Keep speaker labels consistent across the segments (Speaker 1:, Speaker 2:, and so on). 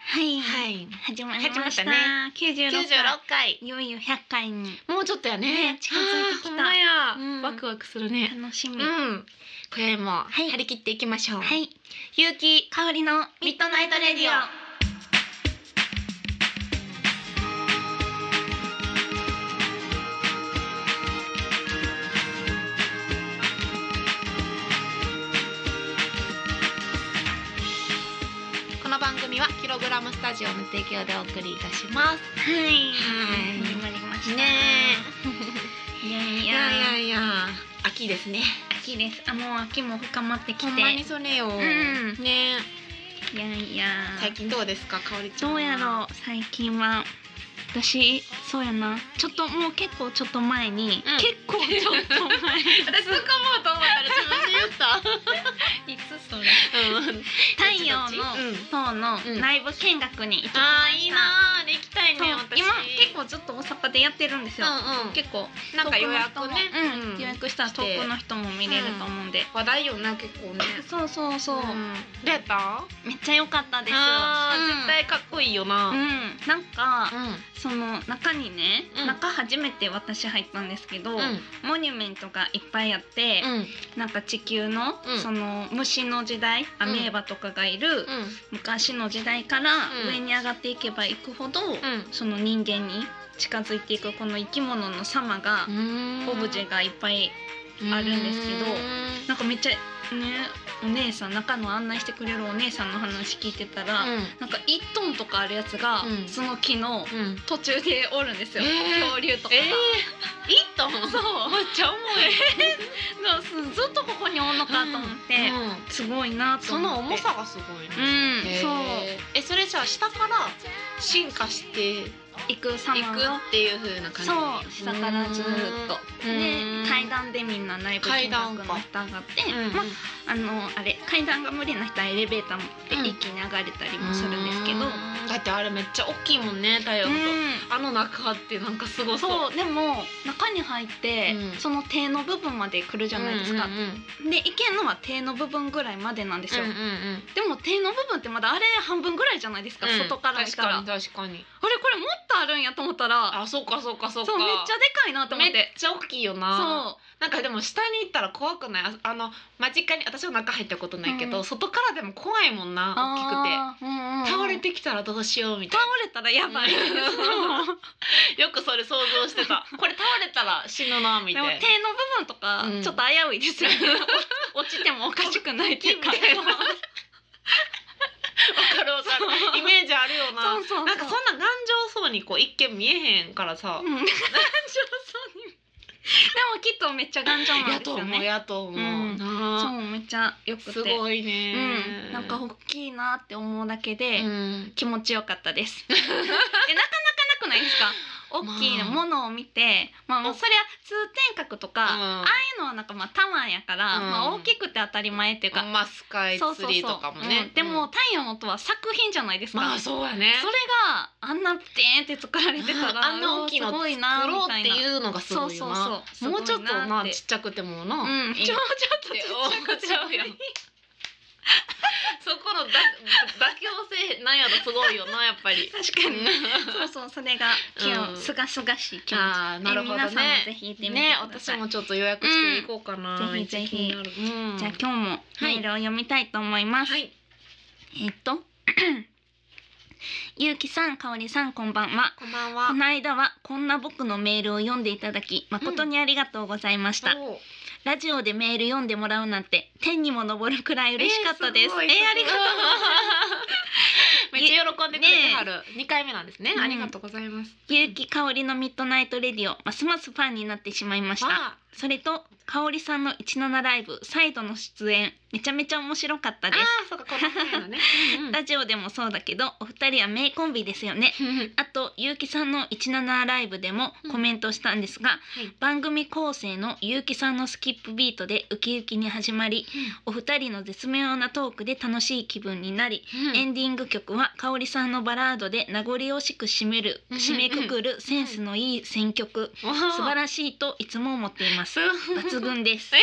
Speaker 1: はい、
Speaker 2: はい
Speaker 1: 始まりました。
Speaker 2: 始まったね
Speaker 1: 九十
Speaker 2: 九十
Speaker 1: 六
Speaker 2: 六
Speaker 1: 回。
Speaker 2: 回
Speaker 1: いよいよ百回に
Speaker 2: もうちょっとやね
Speaker 1: ね近づいてきた
Speaker 2: あーほんまや、
Speaker 1: うん
Speaker 2: ワクワクするね
Speaker 1: 楽し
Speaker 2: う
Speaker 1: み。
Speaker 2: ん今宵も
Speaker 1: い
Speaker 2: 張り切っていきましょう、
Speaker 1: はい、
Speaker 2: ゆうき
Speaker 1: 香りのミッドナイトレディオ。
Speaker 2: この番組はキログラムスタジオの提供でお送りいたしま
Speaker 1: は
Speaker 2: す
Speaker 1: い、
Speaker 2: はい
Speaker 1: 始まりました。
Speaker 2: ね
Speaker 1: いやい
Speaker 2: いやい
Speaker 1: や
Speaker 2: やいや秋ですね
Speaker 1: 秋です。あ、もう秋も深まってきて。
Speaker 2: ほんまにそれよ、
Speaker 1: ん
Speaker 2: ね
Speaker 1: いやいや。
Speaker 2: 最近どうですかかおりちゃん
Speaker 1: どうや
Speaker 2: う
Speaker 1: ろう、最近は。私、そうやな、ちょっともう結構ちょっと前に、
Speaker 2: うん
Speaker 1: 結構ちょっと前。
Speaker 2: 私そこもうと思ったら自分で言った
Speaker 1: いつそれ。
Speaker 2: うん
Speaker 1: 太陽
Speaker 2: うん
Speaker 1: の塔の内部見学に行ってきました。
Speaker 2: あーいいなーで行きたい
Speaker 1: そう
Speaker 2: ね私
Speaker 1: 今結構ずっと大阪でやってるんですよ、
Speaker 2: うんうん
Speaker 1: 結構
Speaker 2: なんか予約
Speaker 1: 遠くの人も
Speaker 2: ね
Speaker 1: うん
Speaker 2: うん
Speaker 1: 予約したら遠くの人も見れると思うんで、
Speaker 2: 話題よな結構ね
Speaker 1: そうそうそう、
Speaker 2: んどうやった
Speaker 1: めっちゃ良かったですよ、
Speaker 2: あー
Speaker 1: うん
Speaker 2: 絶対かっこいいよな
Speaker 1: うん、なんか、
Speaker 2: ん
Speaker 1: その中にね、
Speaker 2: うん
Speaker 1: 中初めて私入ったんですけど、
Speaker 2: うん
Speaker 1: モニュメントがいっぱいあって、
Speaker 2: うん
Speaker 1: なんか地球の、
Speaker 2: うん
Speaker 1: その虫の時代アメーバとかがいる、昔の時代から
Speaker 2: うん
Speaker 1: 上に上がっていけばいくほど、
Speaker 2: うん
Speaker 1: その人間に近づいていくこの生き物の様が、
Speaker 2: うん
Speaker 1: オブジェがいっぱいあるんですけどなんかめっちゃねお姉さん中の案内してくれるお姉さんの話聞いてたら、なんか1トンとかあるやつが、
Speaker 2: うん
Speaker 1: その木の
Speaker 2: うんうん
Speaker 1: 途中でおるんですよ、
Speaker 2: えー
Speaker 1: 恐竜とかが。
Speaker 2: えーいいと思う
Speaker 1: そう
Speaker 2: めっちゃ重い
Speaker 1: なんかすずっとここにおんのかと思って、
Speaker 2: うん
Speaker 1: すごいなと
Speaker 2: そ
Speaker 1: 思
Speaker 2: の
Speaker 1: って
Speaker 2: 重さがすごいね
Speaker 1: うん
Speaker 2: へー
Speaker 1: そう
Speaker 2: えそれさ下から進化していく
Speaker 1: 行く様が
Speaker 2: っていう風な感じ
Speaker 1: そう下からずーっと
Speaker 2: うん
Speaker 1: で階段でみんな内部見学の人上がって、
Speaker 2: うん
Speaker 1: まああのあれ階段が無理な人はエレベーターもって
Speaker 2: うん
Speaker 1: 一気に上がれたりもするんですけど、
Speaker 2: うんだってあれめっちゃ大きいもんね太陽と、
Speaker 1: う
Speaker 2: あの中ってなんかすご
Speaker 1: ん
Speaker 2: そう
Speaker 1: そうでも中に入って、
Speaker 2: うん
Speaker 1: その手の部分まで来るじゃないですか、
Speaker 2: うんうんうん
Speaker 1: で行けんのは手の部分ぐらいまでなんですよ、
Speaker 2: うんうんうん
Speaker 1: でも手の部分ってまだあれ半分ぐらいじゃないですか、
Speaker 2: うん
Speaker 1: 外から見
Speaker 2: 確
Speaker 1: たらあ
Speaker 2: か
Speaker 1: れ
Speaker 2: に
Speaker 1: こ
Speaker 2: 確かに
Speaker 1: れもっとあるんやと思ったら
Speaker 2: あそうかそうかそうか
Speaker 1: そうめっちゃでかいなと思っ
Speaker 2: めってちゃ大きいよな
Speaker 1: そ
Speaker 2: なんかでも下に行ったら怖くないああの間近に私は中入ったことないけど、
Speaker 1: うん
Speaker 2: 外からでも怖いもん
Speaker 1: う
Speaker 2: な大きく
Speaker 1: きくて、
Speaker 2: て
Speaker 1: うんうん
Speaker 2: 倒れてきたらどうしようみたい
Speaker 1: 倒れたらやばい、
Speaker 2: う ん
Speaker 1: そう
Speaker 2: なよくそれ想像してた これ倒れたら死ぬなみ
Speaker 1: で
Speaker 2: たい
Speaker 1: も
Speaker 2: な
Speaker 1: 手の部分とか
Speaker 2: うん
Speaker 1: ちょっと危ういですよね、 落ちてもおかしくないっていうか
Speaker 2: 大きいみたいなわかるわか
Speaker 1: そう
Speaker 2: るイメージあるよな
Speaker 1: そうそうそう
Speaker 2: なんかそんな頑丈そうにこう一見見えへんからさ、
Speaker 1: うん頑丈そうにでもきっとめっちゃ頑丈なん
Speaker 2: や
Speaker 1: です
Speaker 2: と
Speaker 1: よ
Speaker 2: 思う
Speaker 1: ね
Speaker 2: やと思う、
Speaker 1: うんそ
Speaker 2: な
Speaker 1: うめっちゃよ
Speaker 2: あ
Speaker 1: くて
Speaker 2: すごいね、
Speaker 1: うん、なんか大きいなって思うだけで、
Speaker 2: うん
Speaker 1: 気持ちよかったです えなかなかなくない ですか大きいの
Speaker 2: ま
Speaker 1: ものを見て、まあ、もうそりゃ通天閣とか、あ
Speaker 2: うん
Speaker 1: あいうのはなんかまあタワーやから、
Speaker 2: うん
Speaker 1: まあ、大きくて当たり前っていうか、
Speaker 2: まあスカイツ
Speaker 1: そうそう
Speaker 2: リー
Speaker 1: そう
Speaker 2: とかも
Speaker 1: う
Speaker 2: ね
Speaker 1: んでも
Speaker 2: う
Speaker 1: 「
Speaker 2: ん
Speaker 1: 太陽の塔」は作品じゃないですか、
Speaker 2: まあそうやね
Speaker 1: それがあんなでーンって作られてたら、
Speaker 2: あんな大きいの
Speaker 1: すごいな
Speaker 2: 作ろう
Speaker 1: み
Speaker 2: った
Speaker 1: い
Speaker 2: て
Speaker 1: な
Speaker 2: いうのがすごいよな
Speaker 1: そうそうそう
Speaker 2: もうちょっと
Speaker 1: すごいなっ
Speaker 2: な
Speaker 1: て
Speaker 2: ちっちゃくてもな、
Speaker 1: うん、
Speaker 2: いい
Speaker 1: ちょちょっとちっちゃくてもいい
Speaker 2: 思っちゃうやんそこのだ妥協性なんやろすごいよなやっぱり
Speaker 1: 確かにそうそうそれが気
Speaker 2: う
Speaker 1: を
Speaker 2: ん
Speaker 1: すがすがしい気持ち
Speaker 2: あーなるほどね
Speaker 1: 皆さんもぜひ行ってみて
Speaker 2: ね
Speaker 1: くだ
Speaker 2: 私
Speaker 1: さい、
Speaker 2: もちょっと予約していこうかな、
Speaker 1: うんぜひぜひ
Speaker 2: めっちゃ気になるうん
Speaker 1: じゃあ今日もメールを読みたいと思います、
Speaker 2: はい
Speaker 1: えっと ゆうきさんかおりさんこんばんは
Speaker 2: こんばん
Speaker 1: こ
Speaker 2: は
Speaker 1: の間はこんな僕のメールを読んでいただき誠にありがとうございました、
Speaker 2: お
Speaker 1: ラジオでメール読んでもらうなんて天にも昇るくらい嬉しかったです。え
Speaker 2: ごい
Speaker 1: ーありがとう。
Speaker 2: めっちゃ喜んでくれてはる二回目なんですね、
Speaker 1: うん
Speaker 2: ありがとうございます
Speaker 1: ゆうきかおりのミッドナイトレディオますますファンになってしまいました。
Speaker 2: わあ
Speaker 1: それとかおりさんの17ライブ再度の出演めちゃめちゃ面白かった
Speaker 2: あ
Speaker 1: です。
Speaker 2: ーそうかこの前のね、うんうん
Speaker 1: ラジオでもそうだけどお二人は名コンビですよね。あとゆうきさんの17ライブでもコメントしたんですが、
Speaker 2: い
Speaker 1: 番組構成のゆうきさんのスキップビートでウキウキに始まり、お二人の絶妙なトークで楽しい気分になり、エンディング曲は香織さんのバラードで名残惜しく締める締めくくるセンスのいい選曲、素晴
Speaker 2: らしい
Speaker 1: ら しいといつも思っています。抜群です。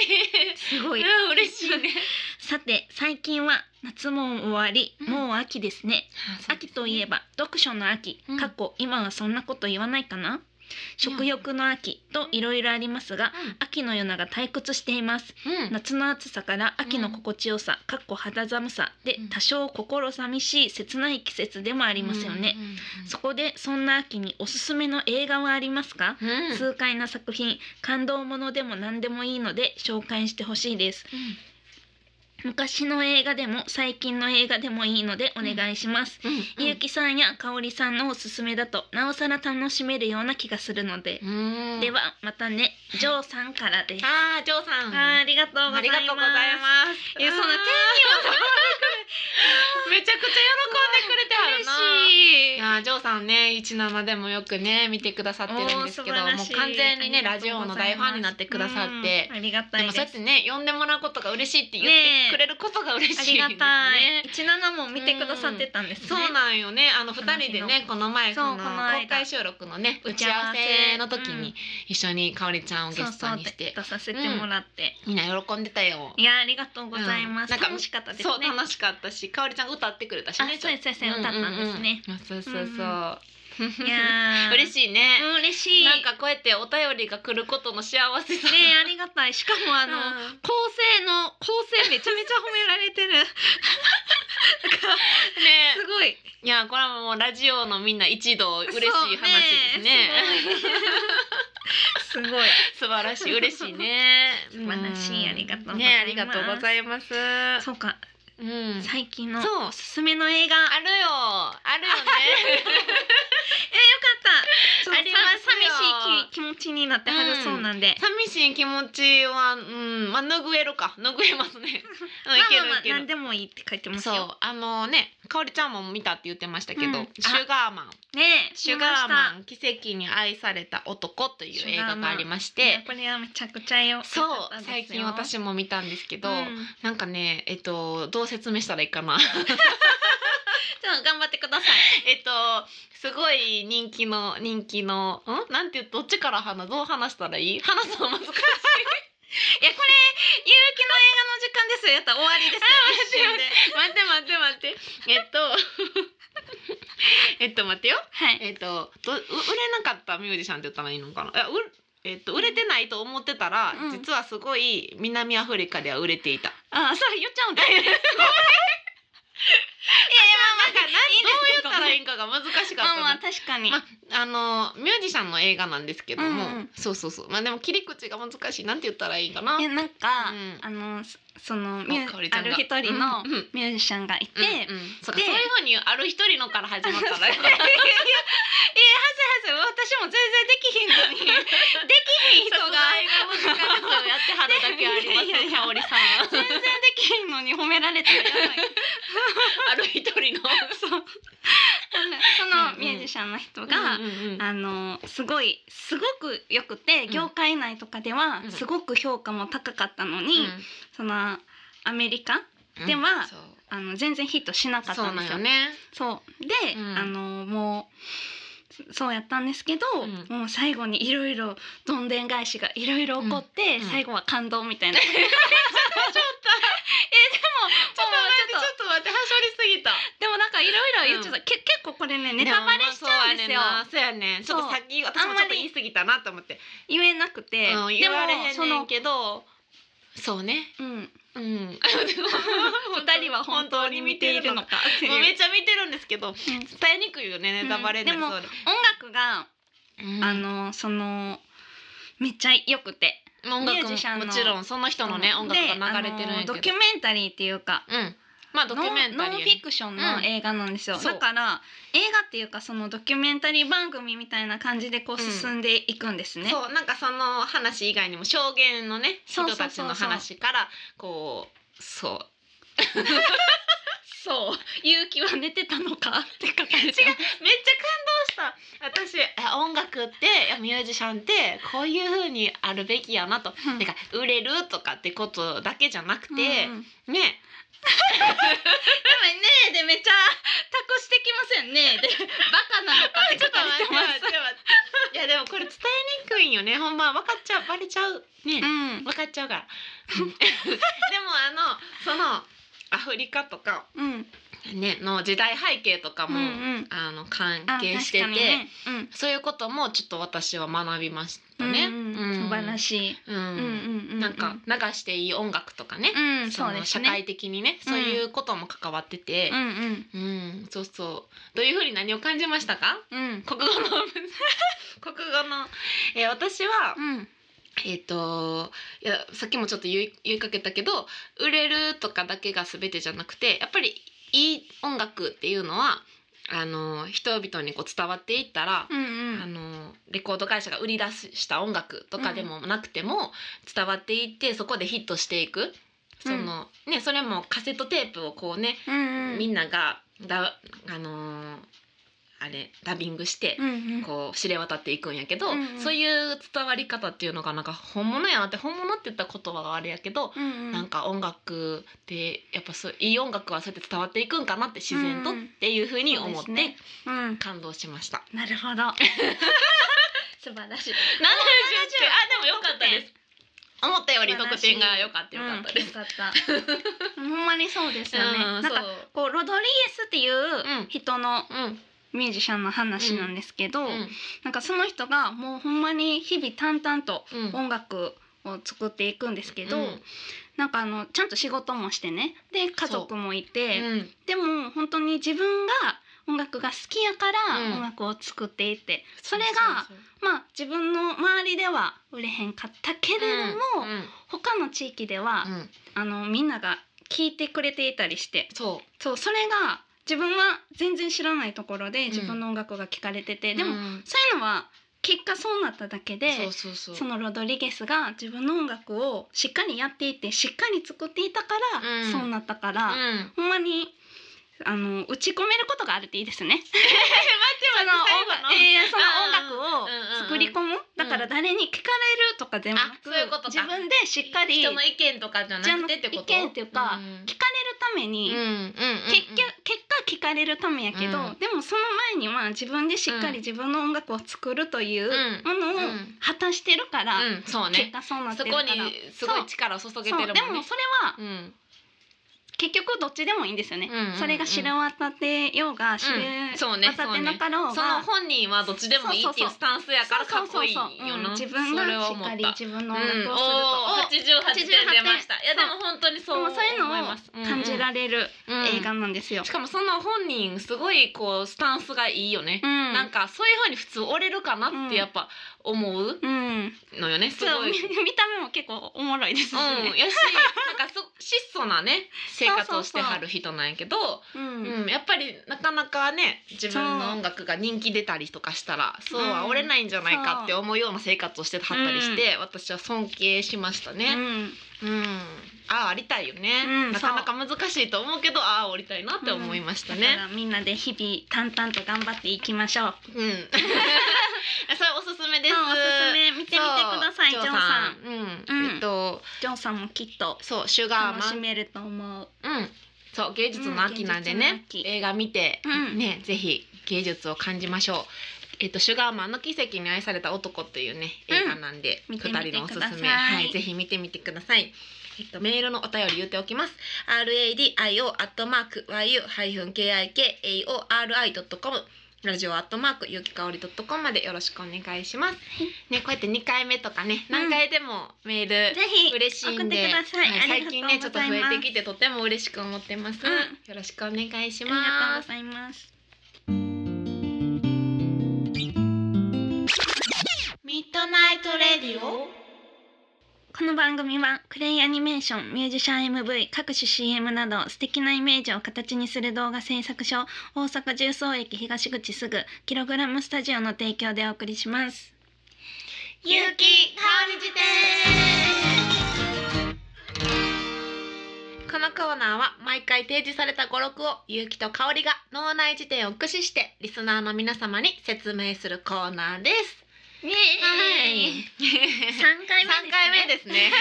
Speaker 1: すご
Speaker 2: い
Speaker 1: い
Speaker 2: や。嬉しいね
Speaker 1: さて最近は夏も終わり、
Speaker 2: うん
Speaker 1: もう秋ですね秋といえ
Speaker 2: ば
Speaker 1: ば読書の秋、
Speaker 2: うん
Speaker 1: 過去今はそんなこと言わないかな食欲の秋といろいろありますが秋の夜長退屈しています
Speaker 2: うん
Speaker 1: 夏の暑さから秋の心地よさ、かっこ肌寒さで
Speaker 2: うん
Speaker 1: 多少心寂しい切ない季節でもありますよね、そこでそんな秋におすすめの映画はありますか、
Speaker 2: うんうんうん
Speaker 1: 痛快な作品感動ものでも何でもいいので紹介してほしいです昔の映画でも最近の映画でもいいのでお願いします、
Speaker 2: うんうん
Speaker 1: ゆうきさんやかおりさんのおすすめだとなおさら楽しめるような気がするので、
Speaker 2: うん
Speaker 1: ではまたねジョーさんからです、
Speaker 2: あージョーさん
Speaker 1: あーありがとうございます
Speaker 2: ありがとうございます
Speaker 1: いやそんな
Speaker 2: あー
Speaker 1: 天
Speaker 2: めちゃくちゃ喜んでくれてはるな
Speaker 1: 嬉しい
Speaker 2: いやージョーさんね17でもよくね見てくださってるんですけどもう完全にねラジオの大ファンになってくださって、
Speaker 1: ありがた
Speaker 2: で
Speaker 1: い
Speaker 2: も
Speaker 1: で
Speaker 2: そうやっ
Speaker 1: す
Speaker 2: てね呼んでもらうことが嬉しいって言っ
Speaker 1: ねえ
Speaker 2: てくれることが嬉
Speaker 1: あ
Speaker 2: しい
Speaker 1: り
Speaker 2: で
Speaker 1: が
Speaker 2: す
Speaker 1: た
Speaker 2: ね
Speaker 1: い。17も見てくださってたんですね
Speaker 2: そうなんよね。あの二人でね、この前
Speaker 1: そう
Speaker 2: そ
Speaker 1: こ
Speaker 2: の
Speaker 1: の間
Speaker 2: 公開収録のね
Speaker 1: 打
Speaker 2: 打
Speaker 1: ち
Speaker 2: ち
Speaker 1: 合
Speaker 2: 合
Speaker 1: わ
Speaker 2: わ
Speaker 1: せ
Speaker 2: せの時
Speaker 1: うん
Speaker 2: に一緒にかおりちゃんをゲ
Speaker 1: そう
Speaker 2: ス
Speaker 1: そう
Speaker 2: トに
Speaker 1: 出
Speaker 2: して、
Speaker 1: 出させてもらって、
Speaker 2: みんな喜んでたよ。
Speaker 1: いやありがとうございます、
Speaker 2: うんなんか
Speaker 1: 楽しかったですね
Speaker 2: そう楽しかったし、かおりちゃんが歌ってくれたし
Speaker 1: あ
Speaker 2: ね。
Speaker 1: そうですそうです歌ったんですね、
Speaker 2: うんうんうん。そうそう
Speaker 1: うん
Speaker 2: そう。
Speaker 1: いや
Speaker 2: 嬉
Speaker 1: し
Speaker 2: しいね。
Speaker 1: うん、嬉しい
Speaker 2: なんかこうやってお便りが来ることの幸 せさ。
Speaker 1: ねありがたいしかもあ
Speaker 2: あ
Speaker 1: の、
Speaker 2: の、
Speaker 1: 構成の構成めちゃめちゃ褒められて る
Speaker 2: ね
Speaker 1: すごい
Speaker 2: いやこれはもうラジオのみんな一同嬉しい話ですね
Speaker 1: すごいすごい
Speaker 2: 素晴らしい嬉しいね
Speaker 1: 素晴らしい
Speaker 2: うん
Speaker 1: ありがとうございます
Speaker 2: ねありがとうございます
Speaker 1: そうか
Speaker 2: うん
Speaker 1: 最近の
Speaker 2: そう
Speaker 1: おすすめの映画
Speaker 2: あるよあるよね
Speaker 1: えよかった
Speaker 2: ありますよ
Speaker 1: 寂しいき気持ちになってはるそうなんで、
Speaker 2: 寂しい気持ちはうんまあ拭えるか拭えますねうんい
Speaker 1: まあま
Speaker 2: けるいけ
Speaker 1: あまあ何
Speaker 2: る
Speaker 1: でもいいって書いてます
Speaker 2: そう
Speaker 1: よ
Speaker 2: あのねかおりちゃんも見たって言ってましたけど、
Speaker 1: うん
Speaker 2: シュガーマン
Speaker 1: ねえ
Speaker 2: シュガーマ
Speaker 1: ン
Speaker 2: ン奇跡に愛された男という映画がありまして
Speaker 1: これはめちゃくちゃよ
Speaker 2: そう
Speaker 1: 良かったですよ
Speaker 2: 最近私も見たんですけど、
Speaker 1: うん
Speaker 2: なんかねえっとどう説明したらいいか な
Speaker 1: ちょっと頑張ってください
Speaker 2: えっとすごい人気の人気のんなんていうどっちから話どう話したらいい話す の難
Speaker 1: いや
Speaker 2: しい
Speaker 1: これゆうきの映画の時間ですよやったら終わりですよ一 瞬で
Speaker 2: 待って待って待ってえっとえっと 待ってよ
Speaker 1: はい
Speaker 2: えっとどう売れなかったミュージシャンって言ったらいいのかなえうえっと売れてないと思ってたら、
Speaker 1: うん
Speaker 2: 実はすごい南アフリカでは売れていた
Speaker 1: あそれ言っちゃ うんだいやいやまあまあ
Speaker 2: なんか何どう言ったらい
Speaker 1: い
Speaker 2: いんかが難しかった
Speaker 1: ま
Speaker 2: の、
Speaker 1: あまあ確かに、
Speaker 2: まあのミュージシャンの映画なんですけども、
Speaker 1: うんうん
Speaker 2: そうそうそうまあでも切り口が難しいなんて言ったらいいかない
Speaker 1: やなんか、
Speaker 2: うん
Speaker 1: あのそそのミュ
Speaker 2: おかおりちゃ
Speaker 1: あ
Speaker 2: んが
Speaker 1: る一人の
Speaker 2: うんうん
Speaker 1: ミュージシャンがいて、
Speaker 2: うん
Speaker 1: は
Speaker 2: うんそうかそう
Speaker 1: で
Speaker 2: いうふうにある一人のから始ま ったら
Speaker 1: ずはず私も全然できひんのにできひん人
Speaker 2: 人
Speaker 1: が
Speaker 2: が映画を時間をやってはるだけあり
Speaker 1: いや
Speaker 2: ます
Speaker 1: いやいや
Speaker 2: かおりさん
Speaker 1: 全然できひんのに褒められたらやばい
Speaker 2: ある一人の そう
Speaker 1: あのそのミュージシャンの人が、
Speaker 2: うんうんうん
Speaker 1: あのすごいすごくよくて
Speaker 2: うん
Speaker 1: 業界内とかでは
Speaker 2: うん
Speaker 1: すごく評価も高かったのに、そのアメリカ
Speaker 2: うん
Speaker 1: では
Speaker 2: そう
Speaker 1: あの全然ヒットしなかっ
Speaker 2: そ
Speaker 1: た
Speaker 2: うん
Speaker 1: で
Speaker 2: なん
Speaker 1: す
Speaker 2: よ
Speaker 1: よ。
Speaker 2: ね
Speaker 1: そうで、
Speaker 2: うん
Speaker 1: あのもうそそうやったんですけど、
Speaker 2: うん
Speaker 1: もう最後にいろいろどんでん返しがいろいろ起こって、
Speaker 2: うんうん
Speaker 1: 最後は感動みたい な。ちょっとえ
Speaker 2: ちょっ
Speaker 1: で
Speaker 2: と
Speaker 1: ももうちょっと
Speaker 2: 待ってちょっと待ってはしょりすぎた
Speaker 1: でもなんかいろいろ言っちゃった、け結構これねネタバレしちゃうんですよ。
Speaker 2: そうやねんなそうやねんちょっと先私
Speaker 1: あ
Speaker 2: も
Speaker 1: ん
Speaker 2: ち
Speaker 1: まり
Speaker 2: ょっと言い過ぎたなと思って
Speaker 1: 言えなくて、
Speaker 2: うん
Speaker 1: で
Speaker 2: 言
Speaker 1: も
Speaker 2: われへん
Speaker 1: そ
Speaker 2: ねん
Speaker 1: の
Speaker 2: けどそうね
Speaker 1: うん
Speaker 2: うん 二
Speaker 1: 二人は本当に見ているの
Speaker 2: も
Speaker 1: かっていうう
Speaker 2: めっちゃ見てるんですけど
Speaker 1: うん
Speaker 2: 伝えにくいよねネタバレになりそうで、
Speaker 1: 音楽が、
Speaker 2: うん
Speaker 1: あのそのめっちゃ良くて
Speaker 2: 音
Speaker 1: ミュ
Speaker 2: 楽
Speaker 1: ージシャンの
Speaker 2: ももちろんその人のね
Speaker 1: うん
Speaker 2: 音楽
Speaker 1: で
Speaker 2: が流れてるん
Speaker 1: あの
Speaker 2: やけど
Speaker 1: ドキュメンタリーっていうか
Speaker 2: うんまあドキュメンタ
Speaker 1: ノン
Speaker 2: リー
Speaker 1: ノン
Speaker 2: や
Speaker 1: フィ
Speaker 2: ね
Speaker 1: クションの映画なんですよ、
Speaker 2: うんそう
Speaker 1: だから映画っていうかそのドキュメンタリー番組みたいな感じでこう
Speaker 2: うん
Speaker 1: 進んでいくんですね、
Speaker 2: そうなんかその話以外にも証言のね
Speaker 1: そうそうそう
Speaker 2: 人
Speaker 1: そう
Speaker 2: たちの話からこうそう
Speaker 1: そう勇気は寝てたのかって書かれて
Speaker 2: 違う
Speaker 1: ます
Speaker 2: めっちゃ感動した私あ音楽っていやミュージシャンってこういう風にあるべきやな と、
Speaker 1: うん
Speaker 2: てか売れるとかってことだけじゃなくて、
Speaker 1: うんでもね
Speaker 2: ね
Speaker 1: えでめっちゃ託してきませんねえでバカなのかって書かれてます
Speaker 2: て待 っていやでもこれ伝えにくいんよね ほんま分かっちゃうバレちゃうね、
Speaker 1: うん
Speaker 2: 分かっちゃうからでもあのそのアフリカとか、
Speaker 1: うん
Speaker 2: ね、の時代背景とかも、
Speaker 1: うんうん
Speaker 2: あの関
Speaker 1: あ
Speaker 2: 係してて、
Speaker 1: 確かにねうん
Speaker 2: そういうこともちょっと私は学びましたね。
Speaker 1: うんうん素晴ら
Speaker 2: い、
Speaker 1: しい。
Speaker 2: うん
Speaker 1: うんうんうん、
Speaker 2: なんか流していい音楽とかね、
Speaker 1: うん、
Speaker 2: そ
Speaker 1: そう
Speaker 2: の
Speaker 1: です
Speaker 2: 社
Speaker 1: ね。
Speaker 2: 会的にね、そういうことも関わってて
Speaker 1: う、ん
Speaker 2: うん、そうそう。どういうふうに何を感じましたか？
Speaker 1: うんうん
Speaker 2: 国語の国語 の、えー私は、
Speaker 1: うん
Speaker 2: えっ、といやさっきもちょっと言い言いかけたけど売れるとかだけが全てじゃなくてやっぱりいい音楽っていうのはあの人々にこう伝わっていったら、
Speaker 1: うんう
Speaker 2: あ
Speaker 1: ん
Speaker 2: のレコード会社が売り出した音楽とかでもなくても伝わっていってそこでヒットしていく。そのね、それもカセットテープをこうね、
Speaker 1: うんうん
Speaker 2: みんながだあのーあれダビングして
Speaker 1: うんうん
Speaker 2: こう知れ渡っていくんやけど、
Speaker 1: うんうん
Speaker 2: そういう伝わり方っていうのがなんか本物やなって本物って言ったら言葉があれやけど、
Speaker 1: うんうん
Speaker 2: なんか音楽ってやっぱそういい音楽はそうやって伝わっていくんかなって自然と
Speaker 1: う
Speaker 2: っ
Speaker 1: んうん
Speaker 2: ていうふうに思っ
Speaker 1: そ
Speaker 2: て
Speaker 1: うですねうん
Speaker 2: 感動しました。
Speaker 1: なるほど。素晴らしい。
Speaker 2: 70点あでも良かったです。思ったより得点が良かった良かったです。
Speaker 1: うんよかったほんまにそうですよね。
Speaker 2: う
Speaker 1: なんんか
Speaker 2: そう
Speaker 1: こうロドリゲスってい
Speaker 2: ん
Speaker 1: う人の
Speaker 2: うん
Speaker 1: ミュージシャンの話なんですけど、
Speaker 2: うん
Speaker 1: なんかその人がもうほんまに日々淡々と
Speaker 2: うん
Speaker 1: 音楽を作っていくんですけど、
Speaker 2: うん
Speaker 1: なんかあのちゃんと仕事もしてねで家族もいて、
Speaker 2: うん
Speaker 1: でも本当に自分が音楽が好きやから
Speaker 2: うん
Speaker 1: 音楽を作っていって、それが
Speaker 2: そうそう
Speaker 1: まあ自分の周りでは売れへんかったけれ
Speaker 2: そう
Speaker 1: ども、
Speaker 2: うんうん
Speaker 1: 他の地域では、
Speaker 2: うん
Speaker 1: あのみんなが聞いてくれていたりして
Speaker 2: そう
Speaker 1: そうそれが自分は全然知らないところで
Speaker 2: ん
Speaker 1: 自分の音楽が聴かれてて、でも
Speaker 2: うん
Speaker 1: そういうのは結果そうなっただけで。
Speaker 2: そうそうそう
Speaker 1: そのロドリゲスが自分の音楽をしっかりやっていてしっかり作っていたから、
Speaker 2: うん
Speaker 1: そうなったから、
Speaker 2: うん
Speaker 1: ほんまにあの打ち込めることがあるっていいです ね。その音楽、
Speaker 2: 待って
Speaker 1: えーその音楽を
Speaker 2: うんうんうん
Speaker 1: 作り込む、だから誰に聞かれるとかでもなく、
Speaker 2: あそういうことか
Speaker 1: 自分でしっかり
Speaker 2: 人の
Speaker 1: じ
Speaker 2: 意見とかじゃ
Speaker 1: ゃ
Speaker 2: な
Speaker 1: な
Speaker 2: く
Speaker 1: く
Speaker 2: て
Speaker 1: て
Speaker 2: ってこと
Speaker 1: 意見っていうか、
Speaker 2: うん
Speaker 1: 聞かれるため
Speaker 2: うん
Speaker 1: に、
Speaker 2: うんうん
Speaker 1: 結局結果聞かれるためやけど、
Speaker 2: うん
Speaker 1: でもその前には自分でしっかり自分の音楽を作るというものを
Speaker 2: うん
Speaker 1: 果たしてるから、
Speaker 2: うんそう
Speaker 1: 結
Speaker 2: ね
Speaker 1: 果そうなって
Speaker 2: そ
Speaker 1: るか
Speaker 2: こ
Speaker 1: ら。
Speaker 2: にすごい力を注げてる
Speaker 1: そ
Speaker 2: も
Speaker 1: うん
Speaker 2: ね
Speaker 1: でもそれは
Speaker 2: うん
Speaker 1: 結局どっちでもいいんですよね、
Speaker 2: うんうんうん
Speaker 1: それが知れ渡ってようが知れ
Speaker 2: うんそうね
Speaker 1: 渡ってなかろう
Speaker 2: その
Speaker 1: が、
Speaker 2: 本人はどっちでもいいっていうスタンスやからかっこいいよ
Speaker 1: そ
Speaker 2: な
Speaker 1: うそうそううん自分
Speaker 2: それ
Speaker 1: が
Speaker 2: は
Speaker 1: しっ
Speaker 2: 思っ
Speaker 1: かり
Speaker 2: た
Speaker 1: 自分
Speaker 2: う
Speaker 1: の
Speaker 2: ん
Speaker 1: 音楽をすると、
Speaker 2: お
Speaker 1: を
Speaker 2: ー88点出ましたいやでも本当にそう
Speaker 1: もうそういうの
Speaker 2: 思い
Speaker 1: を
Speaker 2: ます
Speaker 1: 感じられる
Speaker 2: うんうん
Speaker 1: 映画なんですよ。
Speaker 2: しかもその本人すごいこうスタンスがいいよね
Speaker 1: う、ん、
Speaker 2: なんかそういう風に普通折れるかなってやっぱ思う
Speaker 1: うん、
Speaker 2: のよねす
Speaker 1: そう
Speaker 2: ごい。
Speaker 1: 見見た目も結構おもろいですし
Speaker 2: うん、
Speaker 1: ね。
Speaker 2: やしなんかそ質素なね生活をしてはる人なんやけど
Speaker 1: うん、
Speaker 2: う
Speaker 1: うん
Speaker 2: ん、やっぱりなかなかね自分の音楽が人気出たりとかしたらそうは折れないんじゃないかって思うような生活をしてはったりして、私は尊敬しましたね。うん、ああありたいよね、
Speaker 1: うん
Speaker 2: なかなか難しいと思うけどああ降りたいなって思いましたね
Speaker 1: だか。らみんなで日々淡々と頑張っていきましょう。
Speaker 2: うん、そ れおすすめです。
Speaker 1: うんおすすめ見てみてください、ジョンさん。
Speaker 2: ん。うん、
Speaker 1: うん
Speaker 2: えっと、
Speaker 1: ジョンさんもきっと
Speaker 2: そう、シュガー
Speaker 1: 楽
Speaker 2: マ
Speaker 1: し
Speaker 2: ン。
Speaker 1: めると思う。
Speaker 2: うん。そう、芸術の秋なんでね、
Speaker 1: うん芸術の秋
Speaker 2: 映画見て、
Speaker 1: うん
Speaker 2: ね、ぜひ芸術を感じましょう。えっと、シュガーマンの奇跡に愛された男というね、
Speaker 1: うん
Speaker 2: 映画なんで、二、
Speaker 1: 見てみて
Speaker 2: 人のおすす
Speaker 1: く
Speaker 2: め、
Speaker 1: ださい
Speaker 2: はい、ぜひ見てみてください。えっと、メールのお便り言っておきます。R. A. D. I. O. アットマーク Y. U. ハイフン K. I. K. A. O. R. I. ドットコム。ラジオアットマークゆきかおりドットコムまでよろしくお願いします。ね、こうやって二回目とかね、何回でもメール、
Speaker 1: ぜひ
Speaker 2: 嬉しい
Speaker 1: 送っ
Speaker 2: んで
Speaker 1: てください。
Speaker 2: は
Speaker 1: あり
Speaker 2: 最
Speaker 1: がとうございま
Speaker 2: 近ね
Speaker 1: す
Speaker 2: ちょっと増えてきてとても嬉しく思ってます、
Speaker 1: うん
Speaker 2: よろしくお願いし
Speaker 1: ありがとう
Speaker 2: ま
Speaker 1: ご
Speaker 2: す
Speaker 1: ざいます。
Speaker 2: ミッドナイトレディオ
Speaker 1: この番組はクレイアニメーションミュージシャン MV 各種 CM など素敵なイメージを形にする動画制作所大阪重曹駅東口すぐキログラムスタジオの提供でお送りします
Speaker 2: ゆきかおり辞典このコーナーは毎回提示された語録をゆうきとかおりが脳内辞典を駆使してリスナーの皆様に説明するコーナー です
Speaker 1: イエー
Speaker 2: はい
Speaker 1: 3回目
Speaker 2: 三回目
Speaker 1: ですね
Speaker 2: ですね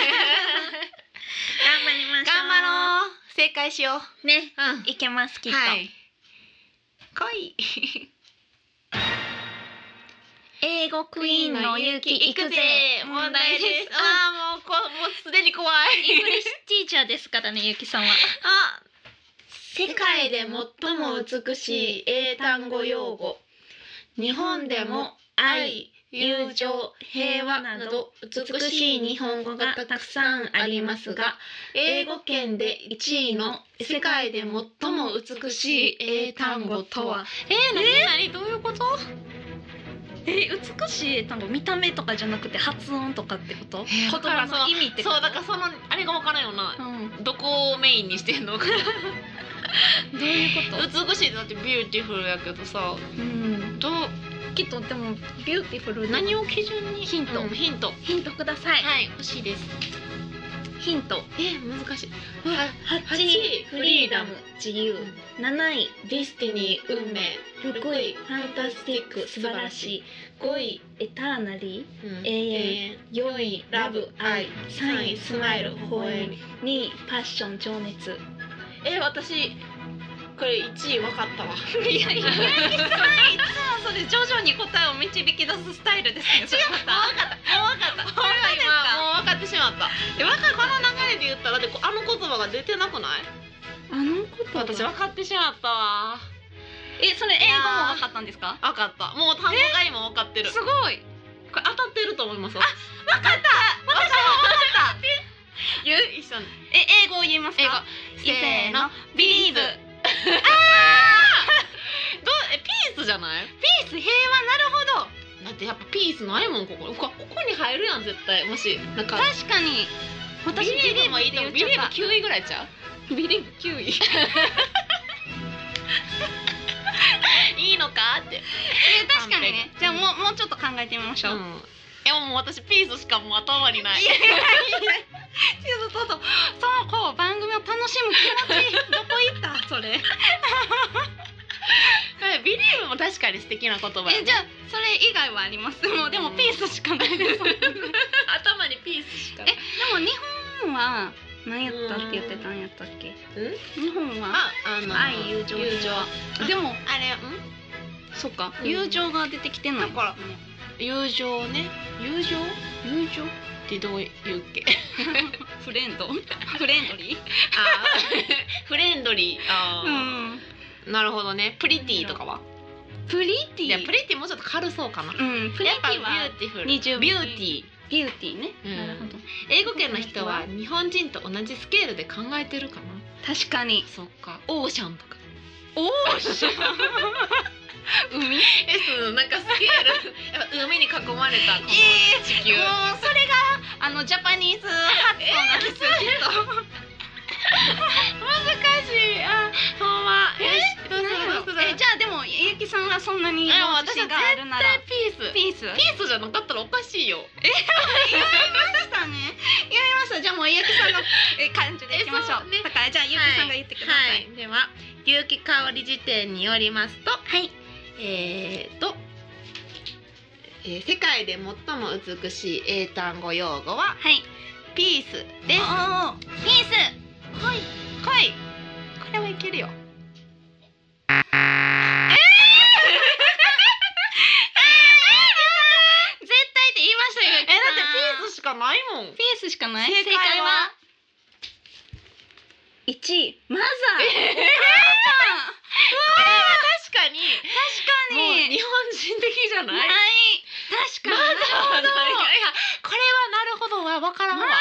Speaker 1: 頑張りましょう
Speaker 2: 頑張ろう正解しよう
Speaker 1: うね
Speaker 2: うん
Speaker 1: いけますきっと、
Speaker 2: はい、来い
Speaker 1: 英語クイーンの勇気いくぜ問題ですあ
Speaker 2: あーもうこもうすでに怖い
Speaker 1: イングリッシュティーチャーですからねゆきさんは
Speaker 2: あ世界で最も美しい英単語用語日本でも愛友情平和など美しい日本語がたくさんありますが英語圏で1位の世界で最も美しい英単語とは
Speaker 1: えー、なになにどういうことえー、美しい単語見た目とかじゃなくて発音とかってこと、
Speaker 2: えー
Speaker 1: 言葉の意味ってこと
Speaker 2: そのあれが分からんよな
Speaker 1: うん、ど
Speaker 2: どこをメインにしてんのか
Speaker 1: ういうこと
Speaker 2: 美しいってだってビューティフルやけどさ
Speaker 1: うん
Speaker 2: どう
Speaker 1: きっとでもビューティフル
Speaker 2: 何を基準に
Speaker 1: ヒント
Speaker 2: うんヒントは
Speaker 1: ヒントください、
Speaker 2: い欲しいです
Speaker 1: ヒント
Speaker 2: え難しい
Speaker 1: 8
Speaker 2: 位フリーダム
Speaker 1: 自由7位
Speaker 2: ディスティニー運命
Speaker 1: 6位ファンタスティック素晴らしい
Speaker 2: 5位、
Speaker 1: エターナリ
Speaker 2: うん
Speaker 1: 永遠
Speaker 2: 永
Speaker 1: ー4位
Speaker 2: 遠ラブ愛
Speaker 1: 3
Speaker 2: 3
Speaker 1: 位
Speaker 2: 位
Speaker 1: ス
Speaker 2: ス
Speaker 1: マ
Speaker 2: マ
Speaker 1: イ
Speaker 2: イ
Speaker 1: ル
Speaker 2: ル
Speaker 1: 微
Speaker 2: 微
Speaker 1: 笑
Speaker 2: 笑
Speaker 1: み
Speaker 2: み
Speaker 1: 2位パッション情熱
Speaker 2: え私これ1位分かったわ
Speaker 1: いやいやいやそれ徐々に答えを導き出すスタイルです ね違う
Speaker 2: これは今もう分かってしまったえ分かこの流れで言ったらであの言葉が出てなくない
Speaker 1: あのこと
Speaker 2: 私分かってしまったわ
Speaker 1: えそれ英
Speaker 2: いやー
Speaker 1: わったんですか
Speaker 2: 分かったもう単語が今分かってる
Speaker 1: す
Speaker 2: こ
Speaker 1: ごい
Speaker 2: れ当たってると思いますあ分かった私も分かった言う一緒に
Speaker 1: え英語を言います
Speaker 2: 英語
Speaker 1: か
Speaker 2: せーの
Speaker 1: ビーズ
Speaker 2: どうえピースじゃない
Speaker 1: ピース平和なるほど
Speaker 2: だってやっぱピースないもんこここここに入るやん絶対もしなんか
Speaker 1: 確かに私
Speaker 2: ビリーブもいいと思うビ
Speaker 1: ビリ
Speaker 2: リ
Speaker 1: ーブ
Speaker 2: ーブ
Speaker 1: って
Speaker 2: 9位ぐらいちゃうビリーブ9位いいのかって
Speaker 1: え確かにねじゃあもうもうちょっと考えてみましょう、
Speaker 2: うんえもう私ピースしかもう頭にない
Speaker 1: いやいやちょっとそうそうそうこう番組を楽しむ気 持ちどこ行ったそれ
Speaker 2: えビリーブも確かに素敵な言葉や
Speaker 1: えじゃあそれ以外はありますもうでもピースしかない ですでも
Speaker 2: 頭にピースしかえ
Speaker 1: 日本は何やったって言ってたんやったっけ
Speaker 2: うん
Speaker 1: 日本は
Speaker 2: ああの
Speaker 1: 愛友情
Speaker 2: 友情
Speaker 1: でも
Speaker 2: あれん
Speaker 1: そっか、
Speaker 2: うん
Speaker 1: 友情が出てきてない
Speaker 2: だ から
Speaker 1: ですね
Speaker 2: 友情ね友情友情ってどう言うっけ
Speaker 1: フレ ンドフレンドリー
Speaker 2: あー フレンドリーあ
Speaker 1: う
Speaker 2: ー
Speaker 1: ん
Speaker 2: なるほどねプリティとかは
Speaker 1: プリティ
Speaker 2: いやプリティもうちょっと軽そうかな
Speaker 1: うんプリティ
Speaker 2: や
Speaker 1: は
Speaker 2: っぱビューティフル
Speaker 1: 二重
Speaker 2: ビューティー
Speaker 1: ビューティーね、
Speaker 2: うん
Speaker 1: なるほど
Speaker 2: 英語圏の人は日本人と同じスケールで考えてるかな
Speaker 1: 確かに
Speaker 2: そっかオーシャンとか
Speaker 1: オーシャン海
Speaker 2: えそのなんかスケール やっぱ海に囲まれたこの
Speaker 1: え
Speaker 2: 地
Speaker 1: も
Speaker 2: 球、
Speaker 1: うそれがあのジャパニーズ発音なんですよ、
Speaker 2: 難しいあほんまえしどうするどうする
Speaker 1: えじゃあでもゆきさんはそんなに
Speaker 2: えもう
Speaker 1: 自
Speaker 2: 私は
Speaker 1: 信があるなら
Speaker 2: 絶対ピ
Speaker 1: ピ
Speaker 2: ースピ
Speaker 1: ースピー
Speaker 2: ースじゃなかったらおかしいよ
Speaker 1: スだねやりましたじゃあもうゆきさんの え感じでいきましょ
Speaker 2: えそううね
Speaker 1: だからじゃあゆきさんが言ってください
Speaker 2: はい、では有機香り辞典によりますと
Speaker 1: はい、
Speaker 2: えー、と、えー世界で最も美しい英単語用語は
Speaker 1: はい
Speaker 2: ピースです。
Speaker 1: おーピース
Speaker 2: はい、はい、これはいけるよ。
Speaker 1: 絶対って言いましたよ
Speaker 2: え、だってピースしかないもん。
Speaker 1: ピースしかない
Speaker 2: 正解は
Speaker 1: 1位マザー
Speaker 2: 確かに、
Speaker 1: 確か
Speaker 2: もう
Speaker 1: に
Speaker 2: 日本人的じゃ
Speaker 1: な
Speaker 2: ないい。
Speaker 1: 確か
Speaker 2: マザ
Speaker 1: に
Speaker 2: ーないいや、これはなるほどはわからんわ
Speaker 1: マ。ザ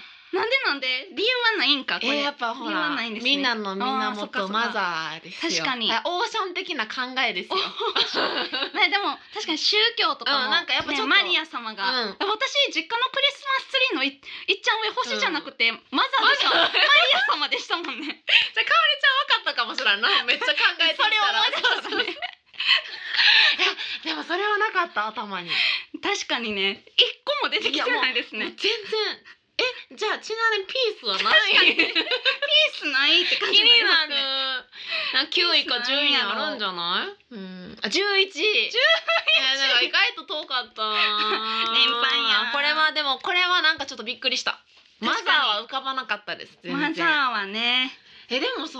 Speaker 1: ーなんでなんで理由はないんかこ
Speaker 2: えー、
Speaker 1: れ、
Speaker 2: やっぱほ
Speaker 1: 理由は
Speaker 2: ら、
Speaker 1: ないんですね
Speaker 2: みんなのみんなも
Speaker 1: あーそっ
Speaker 2: っ
Speaker 1: かそっ
Speaker 2: と
Speaker 1: か
Speaker 2: マザーですよ。
Speaker 1: 確かに
Speaker 2: あオーシャン的な考えですよ。
Speaker 1: ねでも確かに宗教とかも、
Speaker 2: うんなんかやっぱちょっと
Speaker 1: ね、マリア様が、
Speaker 2: うん
Speaker 1: 私実家のクリスマスツリーのいいっちゃん上星じゃなくて、マザーでした
Speaker 2: マザー
Speaker 1: マリア様でしたもんね
Speaker 2: じゃあかおりちゃん分かったかもしれんないめっちゃ考えてみた
Speaker 1: それを
Speaker 2: ら
Speaker 1: 思い出したね
Speaker 2: でもそれはなかった頭に、
Speaker 1: 確かにね一個も出てきてないですね
Speaker 2: ね、全然えじゃあちなみにピースは何
Speaker 1: 確かにピースないって
Speaker 2: 気
Speaker 1: 感じ
Speaker 2: にな
Speaker 1: な
Speaker 2: る
Speaker 1: りますね
Speaker 2: なんか9位か10位にあるんじゃないうんあ11位えなんか意外と遠かった
Speaker 1: 連敗や
Speaker 2: これはでもこれはなんかちょっとびっくりしたマ
Speaker 1: 確かに
Speaker 2: ザーは浮かばなかったです全
Speaker 1: マ
Speaker 2: 然
Speaker 1: ザーはね
Speaker 2: えでもさ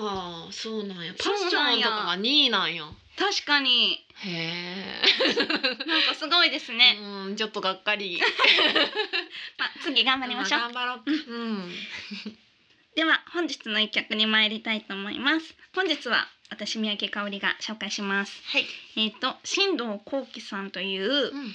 Speaker 2: そうなんやパ
Speaker 1: そ
Speaker 2: ッ
Speaker 1: う
Speaker 2: ショ
Speaker 1: なん
Speaker 2: ン
Speaker 1: や
Speaker 2: とかが2位なんや
Speaker 1: 確かに
Speaker 2: へえ、
Speaker 1: なんかすごいですね、
Speaker 2: うんちょっとがっかり
Speaker 1: まあ、次頑張りましょう、
Speaker 2: 頑張ろううん
Speaker 1: では本日の一曲に参りたいと思います本日は私三宅香織が紹介します
Speaker 2: はい、
Speaker 1: えっ、と新藤幸喜さんという
Speaker 2: うん、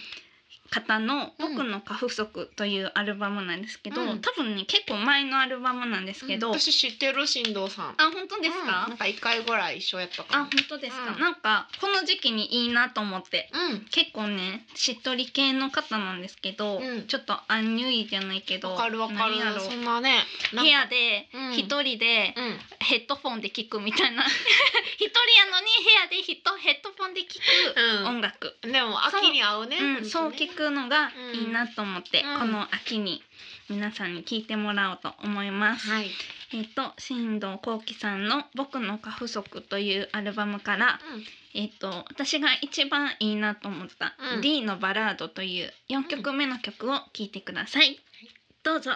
Speaker 1: 方の「
Speaker 2: うん
Speaker 1: 僕の過不足」というアルバムなんですけど、
Speaker 2: うん
Speaker 1: 多分ね結構前のアルバムなんですけど、あ
Speaker 2: 私知ってる新藤さん
Speaker 1: 本当ですか、
Speaker 2: うんなんか一回ぐらい一緒やった
Speaker 1: あ
Speaker 2: か
Speaker 1: 本当ですか、
Speaker 2: うん
Speaker 1: なんかこの時期にいいなと思って
Speaker 2: なうん
Speaker 1: 結構ねしっとり系の方なんですけど、
Speaker 2: うん
Speaker 1: ちょっとアンニュイじゃないけど
Speaker 2: わかるわか
Speaker 1: 何や
Speaker 2: る
Speaker 1: ろ
Speaker 2: そ
Speaker 1: うん
Speaker 2: なねなんか
Speaker 1: 部屋で
Speaker 2: うん
Speaker 1: 一人で
Speaker 2: うん
Speaker 1: ヘッドフォンで聴くみたいな 一人やのに部屋でひとヘッドフォンで聴く音楽、
Speaker 2: でも秋に合うね。
Speaker 1: うんそう聞くのがいいなと思って、
Speaker 2: うん
Speaker 1: この秋に皆さんに聴いてもらおうと思います。
Speaker 2: はい。
Speaker 1: えっと新藤幸喜さんの「僕の過不足」というアルバムからえっと、私が一番いいなと思った
Speaker 2: う
Speaker 1: 「
Speaker 2: ん
Speaker 1: D のバラード」という4曲目の曲を聴いてください、どうぞ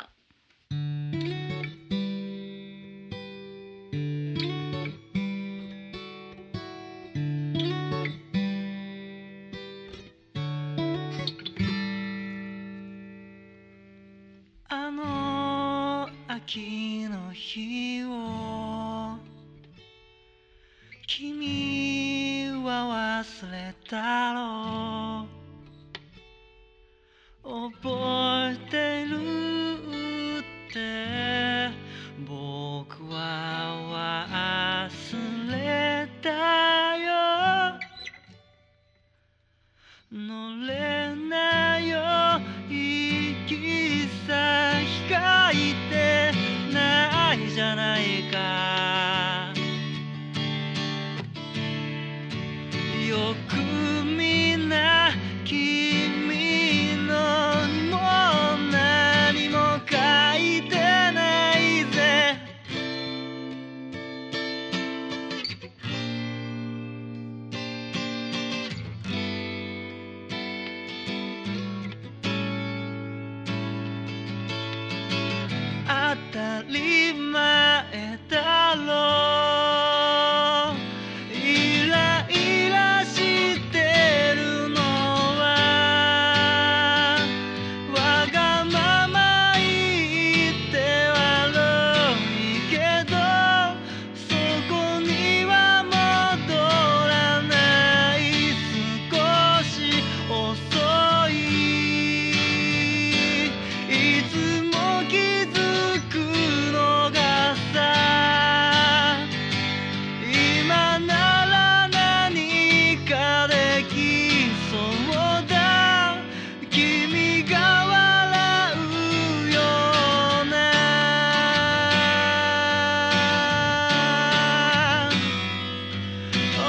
Speaker 3: あの秋の日を君は忘れたろう覚えてるって僕は忘れたよ乗れないよ息さ控えてないじゃないかよくみんな君のにも何も書いてないぜ当たり前だろうイライラしてるのはわがまま言って悪いけどそこには戻らない少し遅いいつも気づくのがさ今なら何かできそうだ君が笑うような Oh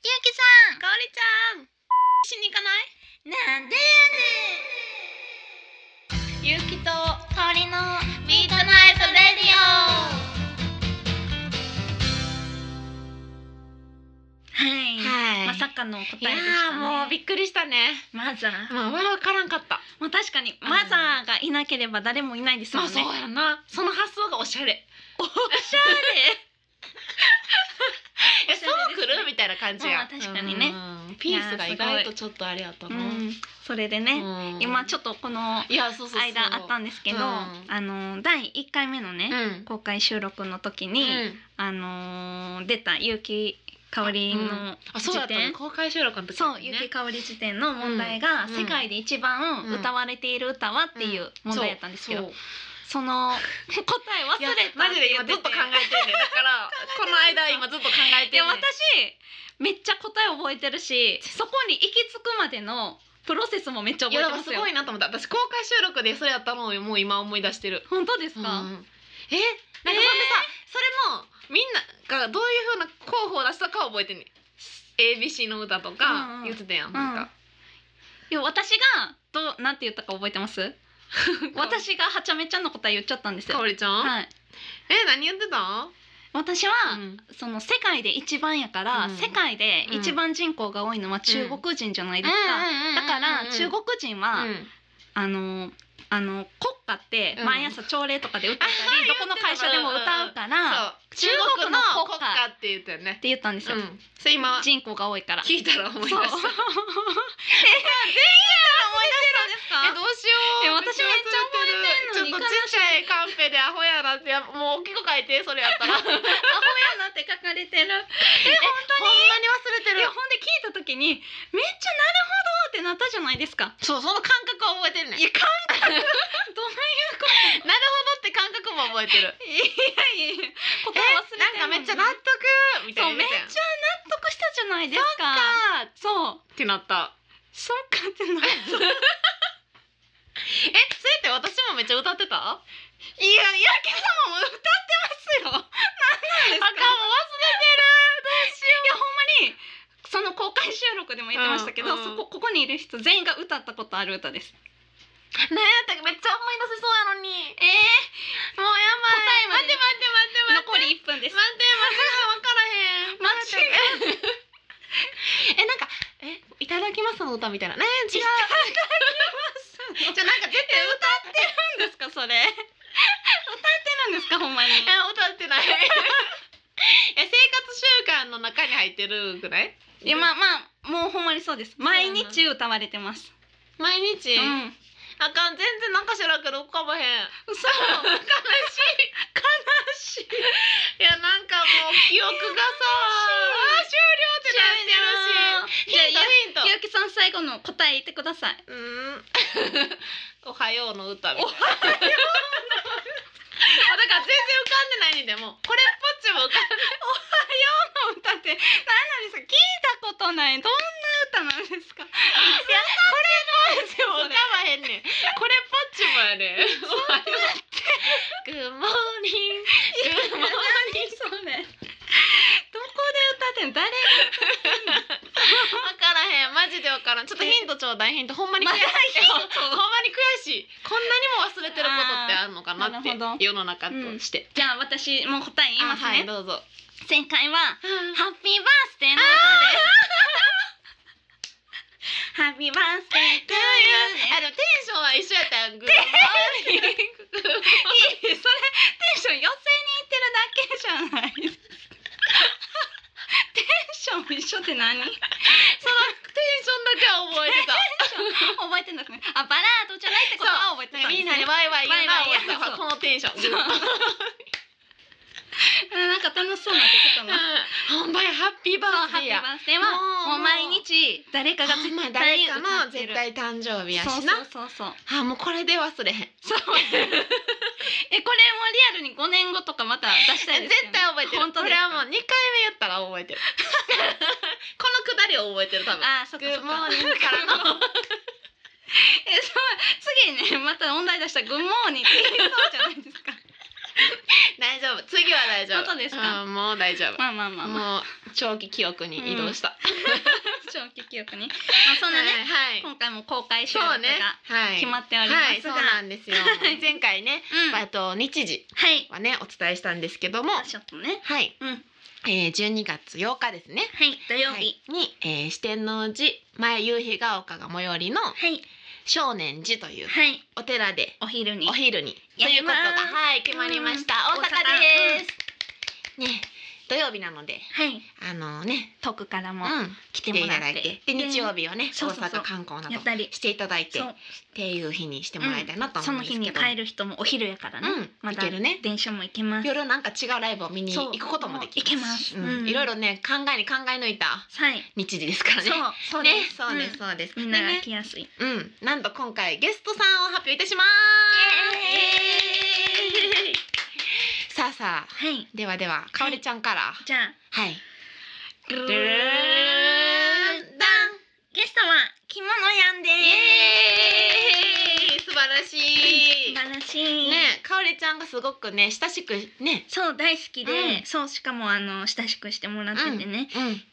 Speaker 1: ゆうきさんかおりちゃん
Speaker 2: しに行かない？
Speaker 1: なんで
Speaker 2: ゆうきと
Speaker 1: やねん香りの
Speaker 2: ミートナイトレディ
Speaker 1: はい、
Speaker 2: はい
Speaker 1: まさかの答えでし
Speaker 2: い
Speaker 1: た
Speaker 2: や
Speaker 1: ね
Speaker 2: ーもうびっくりしたね。
Speaker 1: マザー
Speaker 2: まあわからんかった。
Speaker 1: もう確かにマザーがいなければ誰もいないですもん
Speaker 2: まあ
Speaker 1: ね、
Speaker 2: そうやな。その発想がおしゃれ。えそうくるみたいな感じ
Speaker 1: まあ
Speaker 2: や。
Speaker 1: 確かにね
Speaker 2: うん。ピースが意外とちょっとあれやった
Speaker 1: う
Speaker 2: な。
Speaker 1: ん、それでね、
Speaker 2: うん
Speaker 1: 今ちょっとこの
Speaker 2: いやそうそうそう。
Speaker 1: 間あった
Speaker 2: ね。
Speaker 1: んですけど、
Speaker 2: うん
Speaker 1: あの第1回目のね、
Speaker 2: うん。
Speaker 1: 公開収録の時に、
Speaker 2: うん
Speaker 1: あのー出た結城かおりの
Speaker 2: あ
Speaker 1: 辞
Speaker 2: そうやったね
Speaker 1: 典、
Speaker 2: 公開収録の時だ
Speaker 1: そう
Speaker 2: ったね
Speaker 1: 結城かおり辞典の問題が、
Speaker 2: うん
Speaker 1: 世界で一番歌われている歌はっていう問題やったんですよ、そ
Speaker 2: そう
Speaker 1: の 答え忘
Speaker 2: いや
Speaker 1: れた
Speaker 2: マジで今ずっと考えてるねんだからこの間今ずっと考え
Speaker 1: い
Speaker 2: て
Speaker 1: や
Speaker 2: んねん
Speaker 1: 私めっちゃ答え覚えてるしそこに行き着くまでのプロセスもめっちゃ
Speaker 2: い
Speaker 1: 覚え
Speaker 2: や
Speaker 1: て
Speaker 2: だから
Speaker 1: ますすよ
Speaker 2: ごいなと思った私公開収録でそれやったのをもう今思い出してる
Speaker 1: 本当です
Speaker 2: うんえ
Speaker 1: か、
Speaker 2: なんかそれでさそれもみんながどういうふうな候補を出したかは覚えてんねん ABC の歌と
Speaker 1: うんう
Speaker 2: か
Speaker 1: ん
Speaker 2: 言ってたやんなんか
Speaker 1: いや私がどうなんて言ったか覚えてます私がはちゃめちゃの答え言っちゃったんです
Speaker 2: か
Speaker 1: よ
Speaker 2: おりちゃん
Speaker 1: はい
Speaker 2: え何言ってた
Speaker 1: 私は、
Speaker 2: うん
Speaker 1: その世界で一番やから、
Speaker 2: うん
Speaker 1: 世界で一番人口が多いのは中国人じゃないですか、だから中国人は、
Speaker 2: うん
Speaker 1: あのあの国歌って
Speaker 2: うん
Speaker 1: 毎朝朝礼とかで歌ったり、どこの会社でも歌うから、っ
Speaker 2: そう中
Speaker 1: 中
Speaker 2: 国
Speaker 1: 国の
Speaker 2: の
Speaker 1: 国歌
Speaker 2: 国歌って言ったよね
Speaker 1: て言ったんです
Speaker 2: う
Speaker 1: よ、
Speaker 2: んそれ今
Speaker 1: 人口が多いから。
Speaker 2: 聞いたら思い出した
Speaker 1: そうえ
Speaker 2: えどうし よ
Speaker 1: 思い出したんですか
Speaker 2: う
Speaker 1: え私めっちゃ覚えてんのに
Speaker 2: ちょっとちっちゃいカンペでアホやなってやもう大きく書いてそれやっ たらほんまに忘れ
Speaker 1: アホやなって書かれてる
Speaker 2: て
Speaker 1: いや
Speaker 2: る
Speaker 1: ほんで聞いた時にめっちゃなるほどってなったじゃないですか
Speaker 2: そうその感覚は覚えてるね
Speaker 1: いや感覚 どう
Speaker 2: なるほどって感覚も覚えてる
Speaker 1: いや いやいやここ
Speaker 2: え
Speaker 1: は忘れて
Speaker 2: なんかめっちゃ納得みた
Speaker 1: そう
Speaker 2: い
Speaker 1: め
Speaker 2: な
Speaker 1: っちゃ納得したじゃないですか
Speaker 2: ゃ
Speaker 1: そう
Speaker 2: ってな った
Speaker 1: そっかってない
Speaker 2: えそれって私もめっちゃ歌ってた
Speaker 1: やいやけさまも歌ってますよなんなんです
Speaker 2: あかんもう忘れて
Speaker 1: かいやほんまにその公開収録でも言ってましたけど、
Speaker 2: うんうん
Speaker 1: そこここにいる人全員が歌ったことある歌です
Speaker 2: るなんやったっけめっちゃ思い出せそうやのに
Speaker 1: えー、
Speaker 2: もうやばい
Speaker 1: 答えまで残
Speaker 2: 待って待って待って待って
Speaker 1: り1分です
Speaker 2: 待って待って分からへん
Speaker 1: 間違
Speaker 2: えなんかえいただきますの歌みたいなね違う
Speaker 1: え
Speaker 2: じゃあなんか絶対歌っ
Speaker 1: なんですかそれ歌ってるんですかほんまに
Speaker 2: え歌って ないえ生活習慣の中に入ってるぐらい
Speaker 1: いやまあまあもうほんまにそうです毎日歌われてます
Speaker 2: 毎日、
Speaker 1: うん
Speaker 2: あかん全然なんか知らんけど浮かばへん
Speaker 1: 嘘
Speaker 2: 悲しい悲しいいやなんかもう記憶がさあー終了ってなってるし
Speaker 1: じゃあ
Speaker 2: ヒントヒント
Speaker 1: ゆうきさん最後の答え言ってください。
Speaker 2: うーん おはようの歌みたいな。おはようの だから全然浮かんでないねんでもうこれっぽっちも浮かんで
Speaker 1: 歌って何なんですか聞いたことないどんな歌なんですか。
Speaker 2: も浮かばへんねん これっぽっちもやねんおはようグッモーニ ングッモーニン
Speaker 1: それ。どこで歌ってんの誰
Speaker 2: 分からへんマジで分からんちょっとヒントちょうだいヒントほんまに 悔しい、ほんまに悔しいこんなにも忘れてることってあるのかなって
Speaker 1: あーなるほど
Speaker 2: 世の中として、
Speaker 1: じゃあ私もう答え言います
Speaker 2: あはい
Speaker 1: ね。
Speaker 2: どうぞ
Speaker 1: 正解は
Speaker 2: は
Speaker 1: ハッピーバースデーの 歌です。ハッピーバースデー to
Speaker 2: あ
Speaker 1: you ね。
Speaker 2: でもテンションは一緒やったやんグッ モーニ
Speaker 1: い
Speaker 2: ン
Speaker 1: いそれテンション寄せに行ってるだけじゃないですか。テンション一緒って何？
Speaker 2: そのテンションだけは覚えてた。
Speaker 1: 覚えてんですね。あ、バラードじゃないってことは覚えてたんです、
Speaker 2: みん
Speaker 1: ね。
Speaker 2: なでワイワイ言うな
Speaker 1: ワイワイ言う
Speaker 2: 思ったこのテンション。
Speaker 1: そうなんか楽しそうなってきたな。
Speaker 2: 本番ハッピーバ
Speaker 1: そう、ハ
Speaker 2: ース
Speaker 1: ッピ
Speaker 2: デー
Speaker 1: ー。
Speaker 2: や
Speaker 1: バースデーはもう
Speaker 2: もう
Speaker 1: 毎日誰かが絶
Speaker 2: ほんま
Speaker 1: 対歌
Speaker 2: 誰
Speaker 1: っ
Speaker 2: かの
Speaker 1: てる
Speaker 2: 絶。対誕生日やし
Speaker 1: そう
Speaker 2: な。
Speaker 1: そうそうそう。
Speaker 2: あもうこれで忘れへん。
Speaker 1: そう。え、これもリアルに五年後とかまた出したい
Speaker 2: 絶
Speaker 1: ですよね
Speaker 2: 対覚えてる。
Speaker 1: 本当
Speaker 2: こ
Speaker 1: で
Speaker 2: れ
Speaker 1: す
Speaker 2: は
Speaker 1: か。
Speaker 2: もう二回目やったら覚えてる。 このくだりを覚えてる多分。
Speaker 1: あ、そっ
Speaker 2: グ
Speaker 1: かそ
Speaker 2: ッ
Speaker 1: っ
Speaker 2: モー
Speaker 1: か。
Speaker 2: ニングからの。
Speaker 1: え、そう、次ね、また問題出したらグッモーニングって言いそうじゃないです か。
Speaker 2: 大丈夫。次は大丈夫。
Speaker 1: 本当ですか
Speaker 2: うんもう大丈夫。
Speaker 1: まあまあまあまあ。
Speaker 2: もう長期記憶に移動した。
Speaker 1: 長期記憶に。まあ、そんなね、
Speaker 2: はい。はい
Speaker 1: 今回も公開収
Speaker 2: そ
Speaker 1: 録
Speaker 2: うね。
Speaker 1: が
Speaker 2: はい。
Speaker 1: 決まっておりま
Speaker 2: はい、
Speaker 1: す
Speaker 2: そ
Speaker 1: が。
Speaker 2: うなんですよ。前回ね、
Speaker 1: うん
Speaker 2: あと日時
Speaker 1: はい。
Speaker 2: はねお伝えしたんですけども、
Speaker 1: ちょっとね。
Speaker 2: はい、
Speaker 1: うん。
Speaker 2: えー、12月8日ですね。
Speaker 1: はい。土曜
Speaker 2: は
Speaker 1: 日
Speaker 2: い。、に、えー、四天王寺前夕日が丘が最寄りの
Speaker 1: はい。
Speaker 2: 少年寺という
Speaker 1: はい。
Speaker 2: お寺で
Speaker 1: お昼に。
Speaker 2: お昼にと
Speaker 1: や
Speaker 2: い
Speaker 1: り
Speaker 2: うこと
Speaker 1: ます
Speaker 2: がはい決まりました。
Speaker 1: うん大
Speaker 2: 大
Speaker 1: 阪
Speaker 2: 阪です。ね土曜日なので
Speaker 1: はい。
Speaker 2: あのね
Speaker 1: 遠くから
Speaker 2: う
Speaker 1: も
Speaker 2: ん
Speaker 1: 来て
Speaker 2: 来て
Speaker 1: も
Speaker 2: い
Speaker 1: ら
Speaker 2: た
Speaker 1: っ
Speaker 2: だ
Speaker 1: て。
Speaker 2: いてで日曜日はね
Speaker 1: そうそうそう
Speaker 2: 大阪観光な
Speaker 1: やっ
Speaker 2: ど
Speaker 1: たり。
Speaker 2: していただいてっ
Speaker 1: そう。
Speaker 2: ていう日にしてもらいたいなと思
Speaker 1: そうの
Speaker 2: んです
Speaker 1: 日
Speaker 2: けど。
Speaker 1: に帰る人もお昼やからね。
Speaker 2: うん
Speaker 1: まだ
Speaker 2: 行けるね
Speaker 1: 電車も行けます。
Speaker 2: 夜なんか違うライブを見に
Speaker 1: そう
Speaker 2: 行くこともできます。
Speaker 1: 行けます
Speaker 2: う
Speaker 1: うんん
Speaker 2: いろいろね考えに考え抜いた
Speaker 1: はい。
Speaker 2: 日時ですからね。
Speaker 1: そう。そう
Speaker 2: ね
Speaker 1: で、す。
Speaker 2: そうです、
Speaker 1: ん
Speaker 2: そうです。
Speaker 1: みんなが
Speaker 2: でね
Speaker 1: 来やすい。
Speaker 2: うん、なんと今回ゲストさんを発表いたしま
Speaker 1: イエーイ
Speaker 2: す。さあさあ、
Speaker 1: はい。
Speaker 2: ではでは、かおりちゃんから。
Speaker 1: じゃあ。
Speaker 2: はい。
Speaker 1: ぐるー
Speaker 2: ルー
Speaker 1: ん
Speaker 2: ンダン。
Speaker 1: ゲストは着物やんで
Speaker 2: イエーイ素晴らし
Speaker 1: す。
Speaker 2: い。
Speaker 1: 素晴らしい。
Speaker 2: ね、かおりちゃんがすごくね親しくね、
Speaker 1: そう大好きで、
Speaker 2: うん
Speaker 1: そうしかもあの親しくしてもらっててね、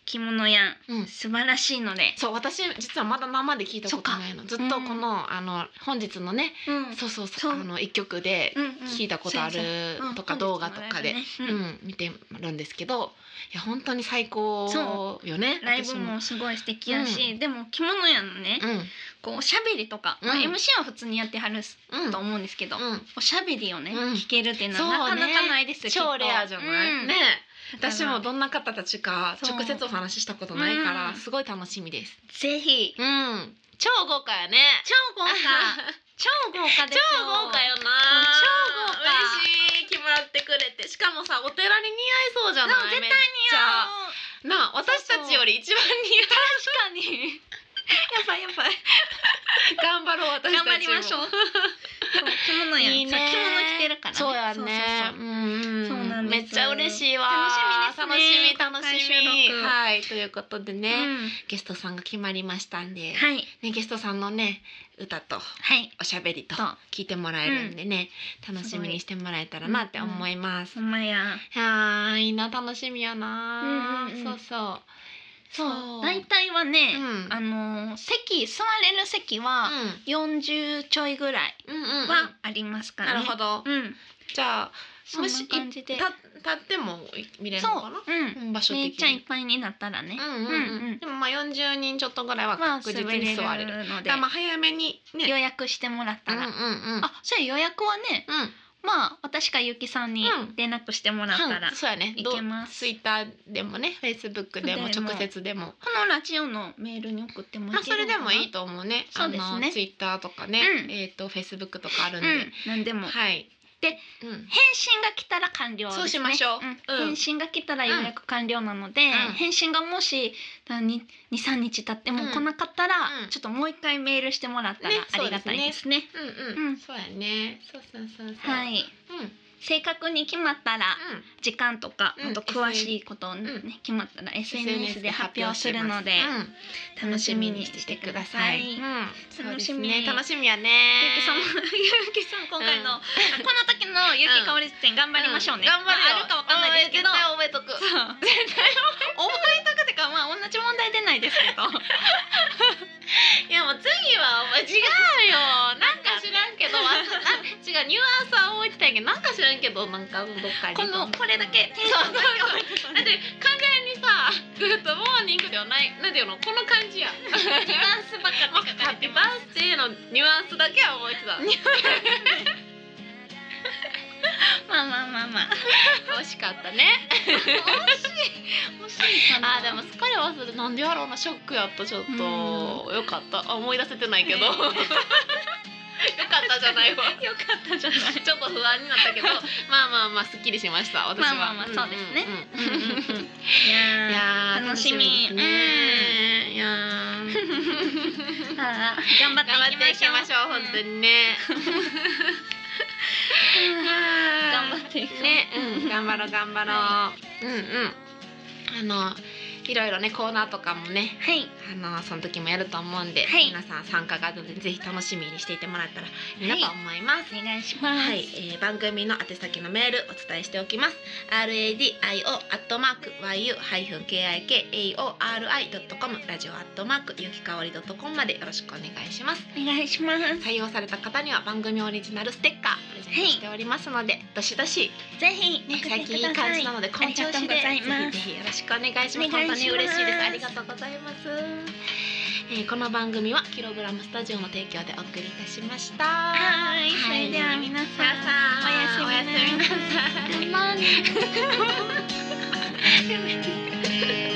Speaker 1: 着物やん
Speaker 2: うん
Speaker 1: 素晴らしいので、
Speaker 2: そう私実はまだ生で聞いたことないのずっとこの,、あの本日のね
Speaker 1: うん
Speaker 2: そうそうそう
Speaker 1: そう
Speaker 2: あの一曲で
Speaker 1: うんうん
Speaker 2: 聞いたことある
Speaker 1: そうそう
Speaker 2: とか
Speaker 1: うん
Speaker 2: 動画とかで、
Speaker 1: 本日
Speaker 2: う
Speaker 1: も
Speaker 2: ん
Speaker 1: ライブね
Speaker 2: 見てるんですけどいや本当に最高よね
Speaker 1: ライブ
Speaker 2: 私
Speaker 1: もすごい素敵やし、でも着物やのね、
Speaker 2: う
Speaker 1: こうおしゃべりとか、まあ
Speaker 2: うん
Speaker 1: MC は普通にやってはる
Speaker 2: んうん
Speaker 1: と思うんですけど、
Speaker 2: うん
Speaker 1: おしゃべりをね、
Speaker 2: うん
Speaker 1: 聞けるっていうのはなか
Speaker 2: そうね
Speaker 1: なかないですよ、
Speaker 2: 超レアじゃない、ね
Speaker 1: だから
Speaker 2: 私もどんな方たちか
Speaker 1: そう
Speaker 2: 直接お話ししたことないから、
Speaker 1: うん
Speaker 2: すごい楽しみです
Speaker 1: ぜひ
Speaker 2: うん超豪華やね
Speaker 1: 超豪華 超豪華ですよ
Speaker 2: 超豪華よな
Speaker 1: 超豪華
Speaker 2: 嬉しい決まってくれてしかもさお寺に似合いそうじゃない
Speaker 1: そう絶対
Speaker 2: めっちゃ
Speaker 1: い
Speaker 2: なあ私たちより一番似合う確かに
Speaker 1: やばいやばい
Speaker 2: 頑張ろう私たちも
Speaker 1: 頑張りましょうそう着物やん
Speaker 2: いいね
Speaker 1: そう着物着てるからね
Speaker 2: そうやね
Speaker 1: そうそうそう
Speaker 2: うん
Speaker 1: そうなんです
Speaker 2: めっちゃ嬉しいわ
Speaker 1: 楽しみですね
Speaker 2: 楽しみ楽し
Speaker 1: 公開収
Speaker 2: み
Speaker 1: 録
Speaker 2: はいということでね、
Speaker 1: うん
Speaker 2: ゲストさんが決まりましたんで、
Speaker 1: はい
Speaker 2: ね、ゲストさんのね歌と
Speaker 1: はい
Speaker 2: おしゃべりと
Speaker 1: そう
Speaker 2: 聞いてもらえるんでね、楽しみにしてもらえたらなって思います。
Speaker 1: ほんまや
Speaker 2: はーいな楽しみやな
Speaker 1: うんう
Speaker 2: ー、
Speaker 1: んうん
Speaker 2: そうそうそう
Speaker 1: 大体はね、
Speaker 2: うん
Speaker 1: あのー席座れる席は40ちょいぐらい
Speaker 2: うんうんうんうん
Speaker 1: はありますから
Speaker 2: な
Speaker 1: ね、
Speaker 2: るほど、
Speaker 1: うん
Speaker 2: じゃあ
Speaker 1: そんな感じで
Speaker 2: た立っても見れるの
Speaker 1: そ
Speaker 2: かな
Speaker 1: ううん
Speaker 2: うん場所的
Speaker 1: め
Speaker 2: に
Speaker 1: っちゃいっぱいになったらね、
Speaker 2: うんうんうん
Speaker 1: うんうん
Speaker 2: でもまあ40人ちょっとぐらいは
Speaker 1: まあ
Speaker 2: 確
Speaker 1: 滑
Speaker 2: 実に
Speaker 1: れ
Speaker 2: 座れる,、
Speaker 1: るの
Speaker 2: だ
Speaker 1: で
Speaker 2: からまあ早めにね
Speaker 1: 予約してもらっ
Speaker 2: う
Speaker 1: た
Speaker 2: んうん
Speaker 1: ら、
Speaker 2: うん
Speaker 1: あそうや予約はね
Speaker 2: うん
Speaker 1: まあ私かゆきさんに
Speaker 2: うん
Speaker 1: 連絡してもらったら、
Speaker 2: うんそうやね
Speaker 1: いけます
Speaker 2: ツイッターでもねフェイスブックでも
Speaker 1: でも
Speaker 2: 直接でも
Speaker 1: このラジオのメールに送ってもい
Speaker 2: まあ
Speaker 1: け
Speaker 2: それ
Speaker 1: るの
Speaker 2: で
Speaker 1: かな
Speaker 2: もいいと思うね
Speaker 1: そうですね
Speaker 2: あのツイッターとかね、
Speaker 1: うん
Speaker 2: えっ、とフェイスブックとかある
Speaker 1: う
Speaker 2: んで、
Speaker 1: ん何でも、
Speaker 2: はい
Speaker 1: で、
Speaker 2: うん、うん
Speaker 1: 返信が来たら完了です、ね、
Speaker 2: そうしましょう
Speaker 1: うん
Speaker 2: うん
Speaker 1: 返信が来たら予約完了なので、
Speaker 2: うん
Speaker 1: 返信がもし23日経っても来なかったら、
Speaker 2: うん
Speaker 1: ちょっともう一回メールしてもらったら
Speaker 2: ね
Speaker 1: ありがたいですね
Speaker 2: うん、
Speaker 1: うん
Speaker 2: そうやねそうそうそうそう
Speaker 1: は
Speaker 2: うん
Speaker 1: い正確に決まったら時間とか
Speaker 2: うん
Speaker 1: もっと詳しいことをね、
Speaker 2: うん
Speaker 1: 決まったら
Speaker 2: うん
Speaker 1: SNS で発表するので、
Speaker 2: うん
Speaker 1: 楽しみにしてください。ゆう
Speaker 2: うんそうです
Speaker 1: 楽し
Speaker 2: ね
Speaker 1: み
Speaker 2: 楽しみやね
Speaker 1: きさんもゆうきさん今回の、
Speaker 2: うん
Speaker 1: この時のゆうきかおり出演頑張りましょうね。
Speaker 2: ん頑張
Speaker 1: まあある
Speaker 2: る
Speaker 1: かわかんないですけ ど。
Speaker 2: うん絶対覚えとく
Speaker 1: そう絶対思いとくてかまあ同じ問題出ないですけど
Speaker 2: いやもう次はお前違うよ なんか知らんけど忘れな違うニュアンスは覚えてたんやけどなんか知らんけどなんかどっかに
Speaker 1: このこれだけ
Speaker 2: そうそうそうだって完全にさグッドモーニングではないなんていうのこの感じや
Speaker 1: バランスばっかり
Speaker 2: ハッピーバースデーのニュアンスだけは覚えてた
Speaker 1: まあまあまあまあ
Speaker 2: 惜しかったね
Speaker 1: 欲しいか
Speaker 2: あ
Speaker 1: な
Speaker 2: ーでもすっかり忘れなんでやろうなショックやったちょっとよかったあ思い出せてないけど
Speaker 1: ね
Speaker 2: よかったじゃないわ
Speaker 1: よかったじゃない
Speaker 2: ちょっと不安になった けど、まあまあまあすっきりしました。私は。
Speaker 1: まあまあまあそうですね
Speaker 2: うんうんうんうんうん
Speaker 1: い
Speaker 2: い
Speaker 1: や
Speaker 2: やー
Speaker 1: 楽しみ
Speaker 2: 楽ですねいやー
Speaker 1: ーあー頑張
Speaker 2: 頑張
Speaker 1: っ
Speaker 2: って
Speaker 1: い
Speaker 2: て
Speaker 1: きま
Speaker 2: い
Speaker 1: し
Speaker 2: き
Speaker 1: ょう
Speaker 2: ましょう。本当にね。
Speaker 1: 頑
Speaker 2: 頑
Speaker 1: 張っていこう
Speaker 2: ね、うん、頑張ろう頑張ろう。うんうん。あのいろいろねコーナーとかもね。
Speaker 1: はい
Speaker 2: あのその時もやると思うんで、
Speaker 1: はい
Speaker 2: 皆さん参加があるのでぜひ楽しみにしていてもらったらいいなと思います。
Speaker 1: お願いします、
Speaker 2: はい、えー、番組の宛先のメールお伝えしておきます。r a d i o アットマーク y u ハイフン k i k a o r i ドットコムラジオアットマークゆきかおりドットコムまでよろしくお願いします。
Speaker 1: お願いします
Speaker 2: 採用された方には番組オリジナルステッカープレゼントしておりますので、どしどし
Speaker 1: ぜひ送
Speaker 2: ね
Speaker 1: ってください、
Speaker 2: 最近いい感じなのでこの調
Speaker 1: あり
Speaker 2: 子
Speaker 1: がと
Speaker 2: で
Speaker 1: うござ
Speaker 2: ぜ
Speaker 1: い
Speaker 2: ひ
Speaker 1: ます
Speaker 2: ぜひよろしくお願いしま
Speaker 1: お願
Speaker 2: す
Speaker 1: いします
Speaker 2: 本当に嬉しいですありがとうございます、えー、この番組はキログラムスタジオの提供でお送りいたしました
Speaker 1: はいそれでは皆さん
Speaker 2: おやすみなさい
Speaker 1: おやすみなさい
Speaker 2: Good morning.